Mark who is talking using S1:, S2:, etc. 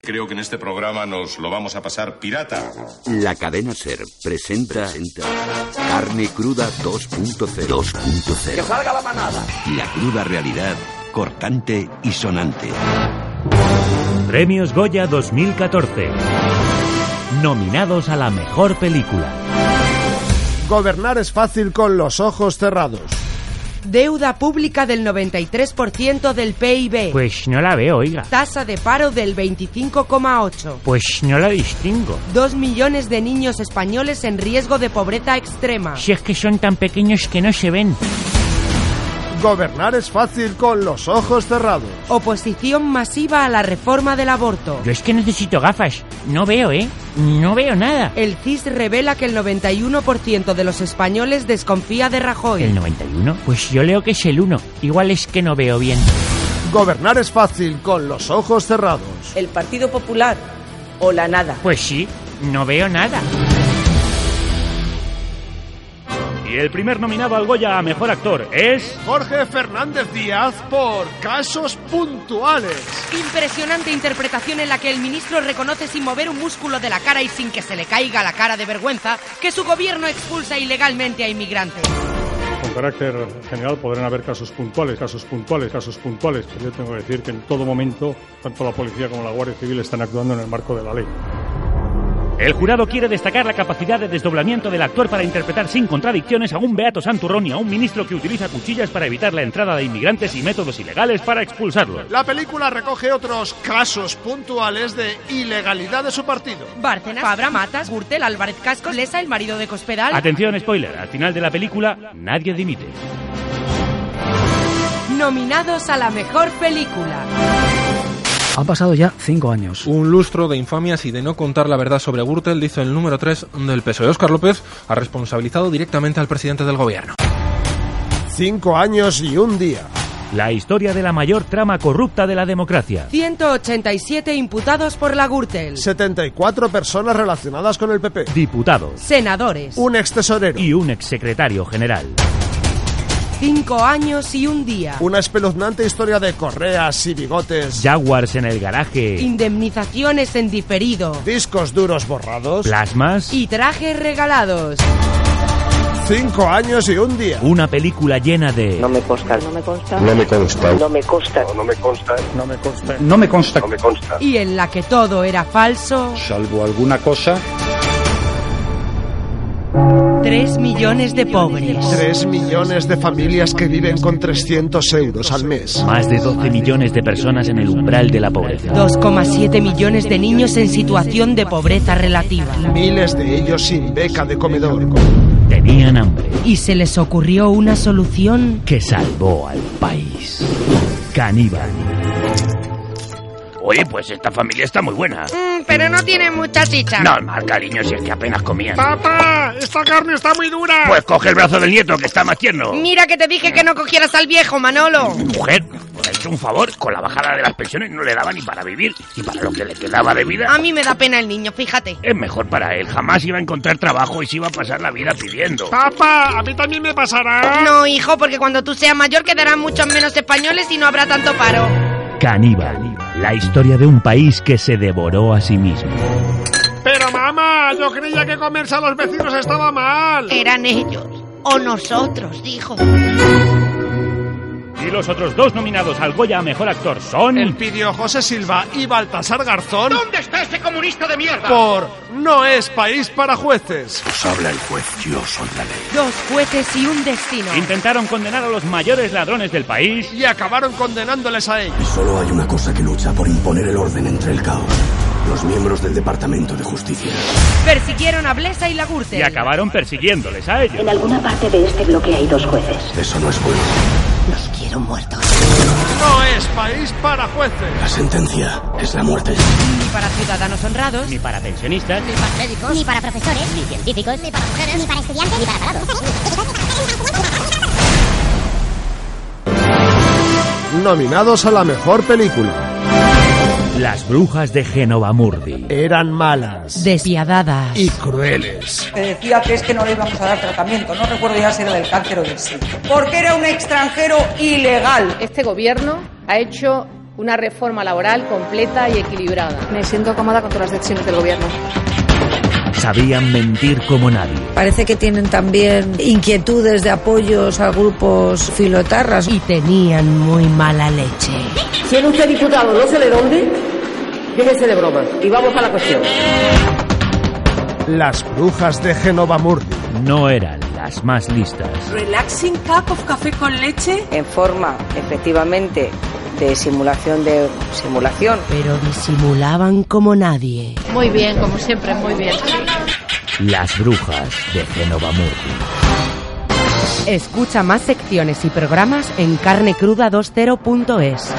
S1: Creo que en este programa nos lo vamos a pasar pirata.
S2: La cadena Ser presenta, Carne Cruda 2.0. 2.0.
S3: salga la manada!
S2: La cruda realidad, cortante y sonante.
S4: Premios Goya 2014. Nominados a la mejor película.
S5: Gobernar es fácil con los ojos cerrados.
S6: Deuda pública del 93% del PIB.
S4: Pues no la veo, oiga.
S6: Tasa de paro del 25,8.
S4: Pues no la distingo.
S6: Dos millones de niños españoles en riesgo de pobreza extrema.
S4: Si es que son tan pequeños que no se ven.
S5: Gobernar es fácil con los ojos cerrados.
S6: Oposición masiva a la reforma del aborto.
S4: Yo es que necesito gafas. No veo, ¿eh? No veo nada.
S6: El CIS revela que el 91% de los españoles desconfía de
S4: ¿El
S6: Rajoy.
S4: 91? Pues yo leo que es el 1. Igual es que no veo bien.
S5: Gobernar es fácil con los ojos cerrados.
S7: el Partido Popular o la nada.
S4: Pues sí, no veo nada.
S8: Y el primer nominado al Goya a Mejor Actor es...
S5: Jorge Fernández Díaz por casos puntuales.
S6: Impresionante interpretación en la que el ministro reconoce sin mover un músculo de la cara y sin que se le caiga la cara de vergüenza que su gobierno expulsa ilegalmente a inmigrantes.
S9: Con carácter general podrán haber casos puntuales, casos puntuales, casos puntuales. Yo tengo que decir que en todo momento, tanto la policía como la Guardia Civil están actuando en el marco de la ley.
S8: El jurado quiere destacar la capacidad de desdoblamiento del actor para interpretar sin contradicciones a un Beato Santurrón y a un ministro que utiliza cuchillas para evitar la entrada de inmigrantes y métodos ilegales para expulsarlos.
S5: La película recoge otros casos puntuales de ilegalidad de su partido.
S6: Bárcenas, Fabra, Matas, Gürtel, Álvarez Casco, Lesa, el marido de Cospedal.
S8: Atención, spoiler, al final de la película nadie dimite.
S6: Nominados a la mejor película.
S10: Han pasado ya cinco años.
S11: Un lustro de infamias y de no contar la verdad sobre Gürtel, dice el número 3 del PSOE. E. Óscar López ha responsabilizado directamente al presidente del gobierno.
S5: Cinco años y un día.
S4: La historia de la mayor trama corrupta de la democracia.
S6: 187 imputados por la Gürtel.
S5: 74 personas relacionadas con el PP.
S4: Diputados
S6: Senadores.
S5: Un ex tesorero.
S4: y un exsecretario general.
S6: Cinco años y un día.
S5: Una espeluznante historia de correas y bigotes.
S4: Jaguars en el garaje.
S6: Indemnizaciones en diferido.
S5: Discos duros borrados.
S4: Plasmas.
S6: Y trajes regalados.
S5: Cinco años y un día.
S4: Una película llena de...
S3: No me consta. No me consta. No me consta. No me consta. No me consta.
S9: No me consta.
S10: No me consta.
S3: me consta.
S6: Y en la que todo era falso.
S9: Ah. Salvo alguna cosa.
S6: Tres millones de pobres.
S5: Tres millones de familias que viven con 300 euros al mes.
S4: Más de 12 millones de personas en el umbral de la pobreza.
S6: 2,7 millones de niños en situación de pobreza relativa.
S5: Miles de ellos sin beca de comedor.
S4: Tenían hambre.
S6: Y se les ocurrió una solución.
S4: que salvó al país. Caníbal.
S8: Oye, pues esta familia está muy buena.
S6: Mm, pero no tiene mucha chicha.
S8: Normal, cariño, si es que apenas comían.
S5: ¡Papá! ¡Esta carne está muy dura!
S8: Pues coge el brazo del nieto, que está más tierno.
S6: Mira que te dije que no cogieras al viejo, Manolo.
S8: Mujer, ha hecho un favor, con la bajada de las pensiones no le daba ni para vivir, y para lo que le quedaba de vida.
S6: A mí me da pena el niño, fíjate.
S8: Es mejor para él, jamás iba a encontrar trabajo y se iba a pasar la vida pidiendo.
S5: ¡Papá! ¡A mí también me pasará!
S6: No, hijo, porque cuando tú seas mayor quedarán muchos menos españoles y no habrá tanto paro.
S4: Caníbal. La historia de un país que se devoró a sí mismo.
S5: ¡Pero mamá! ¡Yo creía que comerse a los vecinos estaba mal!
S6: Eran ellos. O nosotros, hijo.
S8: Y los otros dos nominados al Goya a Mejor Actor son...
S5: El pidió José Silva y Baltasar Garzón
S3: ¿Dónde está ese comunista de mierda?
S5: por No es país para jueces.
S2: Os habla el juez, yo soy la ley.
S6: Dos jueces y un destino.
S8: Intentaron condenar a los mayores ladrones del país.
S5: Y acabaron condenándoles a ellos.
S2: Solo hay una cosa que lucha por imponer el orden entre el caos. Los miembros del Departamento de Justicia.
S6: Persiguieron a Blesa y la
S8: Y
S6: Gürtel.
S8: acabaron persiguiéndoles a ellos.
S7: En alguna parte de este bloque hay dos jueces.
S2: Eso no es bueno.
S7: Los quiero muertos.
S5: No es país para jueces.
S2: La sentencia es la muerte.
S6: Ni para ciudadanos honrados.
S8: Ni para pensionistas.
S7: Ni para profesores, ni científicos, ni para mujeres, ni para estudiantes, ni para parados.
S5: Nominados a la mejor película.
S4: Las brujas de Génova Murdi.
S5: Eran malas.
S6: Despiadadas.
S5: Y crueles.
S7: Se decía que es que no le íbamos a dar tratamiento. No recuerdo ya si era del cáncer o del SIDA. Porque era un extranjero ilegal.
S3: Este gobierno ha hecho
S12: Una reforma laboral completa y equilibrada. Me siento cómoda con todas las decisiones del gobierno.
S4: Sabían mentir como nadie.
S13: Parece que tienen también inquietudes de apoyos a grupos filotarras.
S6: Y tenían muy mala leche.
S14: Si era usted diputado no sé de dónde, déjese de bromas. Y vamos a la cuestión.
S5: Las brujas de Genova Murdi.
S4: No eran las más listas.
S15: Relaxing cup of café con leche.
S16: En forma, efectivamente, de simulación de simulación.
S6: Pero disimulaban como nadie.
S12: Muy bien, como siempre, muy bien.
S4: Las brujas de Genova Murphy.
S6: Escucha más secciones y programas en carnecruda20.es.